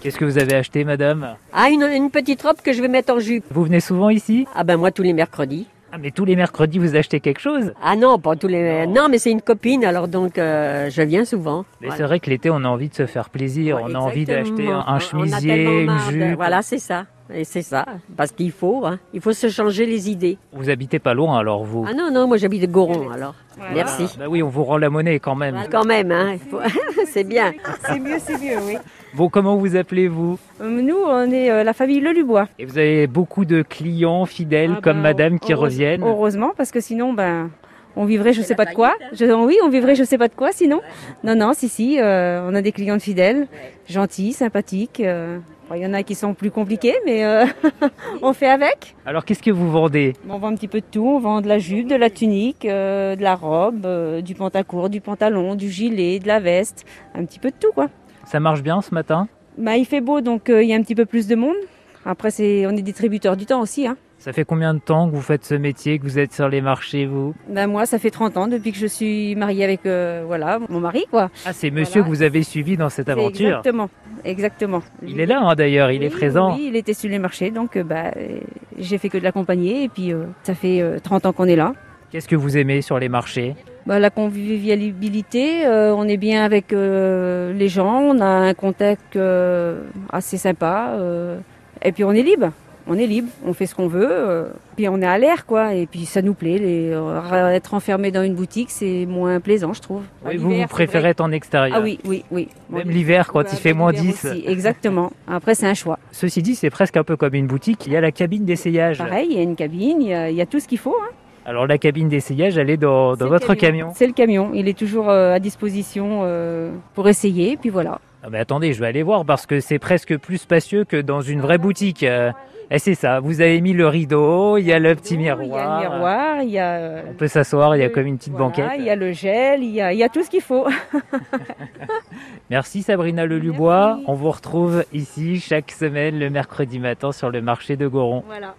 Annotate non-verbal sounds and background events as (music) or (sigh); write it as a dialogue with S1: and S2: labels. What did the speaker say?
S1: Qu'est-ce que vous avez acheté, madame
S2: Ah, une, une petite robe que je vais mettre en jupe.
S1: Vous venez souvent ici
S2: Ah ben moi tous les mercredis.
S1: Ah, mais tous les mercredis, vous achetez quelque chose
S2: Ah non, pas tous les. Non, mais c'est une copine, alors donc euh, je viens souvent.
S1: Mais
S2: Voilà.
S1: c'est vrai que l'été, on a envie de se faire plaisir,
S2: Ouais,
S1: on a envie
S2: exactement.
S1: d'acheter un, un
S2: On a tellement
S1: chemisier, une
S2: marre de-
S1: jupe.
S2: Voilà, c'est ça. Et c'est ça, parce qu'il faut, hein. il faut se changer les idées.
S1: Vous habitez pas loin, alors vous
S2: Ah non, non, moi j'habite Goron, alors. Merci.
S1: Ah, bah oui, on vous rend la monnaie quand même.
S2: Quand même, hein. il faut- (laughs) c'est bien.
S3: C'est mieux, c'est mieux, oui.
S1: Bon, comment vous appelez-vous
S3: Nous, on est euh, la famille Lelubois.
S1: Et vous avez beaucoup de clients fidèles
S2: bah,
S3: Ah
S1: comme
S3: ben,
S1: madame qui
S3: heureuse-
S1: reviennent.
S3: Heureusement, parce que sinon, ben, on vivrait je sais pas de quoi. Je, oui, on vivrait je sais pas de quoi, sinon. Non, non, si, si, euh, on a des clients fidèles, gentils, sympathiques. euh. Bon, Il y en a qui sont plus compliqués, mais euh, (laughs) on fait avec.
S1: Alors, qu'est-ce que vous vendez
S3: Bon, On vend un petit peu de tout. On vend de la jupe, de la tunique, euh, de la robe, euh, du pantacourt, du pantalon, du gilet, de la veste. Un petit peu de tout, quoi.
S1: Ça marche bien ce matin
S3: Bah, il fait beau, donc euh, il y a un petit peu plus de monde. Après, c'est, on est distributeur du temps aussi. Hein.
S1: Ça fait combien de temps que vous faites ce métier, que vous êtes sur les marchés, vous
S3: Ben, moi, ça fait 30 ans depuis que je suis mariée avec euh, voilà, mon mari. quoi.
S1: Ah, c'est monsieur
S3: Voilà.
S1: que vous avez suivi dans cette
S3: C'est
S1: aventure.
S3: Exactement. exactement.
S1: Il est là, hein, d'ailleurs, il est
S3: Oui,
S1: présent.
S3: Oui, il était sur les marchés, donc euh, bah, euh, j'ai fait que de l'accompagner. Et puis, euh, ça fait euh, 30 ans qu'on est là.
S1: Qu'est-ce que vous aimez sur les marchés
S3: Bah, la convivialité, euh, on est bien avec euh, les gens, on a un contact euh, assez sympa. euh, et puis on est libre, on est libre, on fait ce qu'on veut. euh, puis on est à l'air, quoi. Et puis ça nous plaît. les- euh, être enfermé dans une boutique, c'est moins plaisant, je trouve.
S1: Oui, vous,
S3: À Ah, l'hiver,
S1: vous
S3: c'est vrai.
S1: préférez être en extérieur.
S3: Ah oui, oui, oui.
S1: Même
S3: Bon, bah,
S1: l'hiver, quand il
S3: l'hiver
S1: fait moins 10.
S3: aussi, Exactement. Après, c'est
S1: (laughs)
S3: un choix.
S1: Ceci dit, c'est presque un peu comme une boutique. Il y a la cabine d'essayage.
S3: Pareil, il y a une cabine, il y a, il y a tout ce qu'il faut. hein.
S1: Alors, la cabine d'essayage, elle est dans, dans
S3: C'est le
S1: votre camion.
S3: C'est le camion. Il est toujours euh, à disposition euh, pour essayer. Puis voilà.
S1: Ah, mais attendez, je vais aller voir parce que c'est presque plus spacieux que dans une vraie boutique. Euh, Et c'est ça, vous avez mis le rideau, il y a le petit miroir.
S3: Il y a le miroir, il y a. euh,
S1: On peut s'asseoir, il y a
S3: le-
S1: comme une petite
S3: voilà,
S1: banquette.
S3: Il y a le gel, il y a, il y a tout ce qu'il faut.
S1: Merci Sabrina Lelubois.
S3: Merci.
S1: On vous retrouve ici chaque semaine le mercredi matin sur le marché de Goron.
S3: Voilà.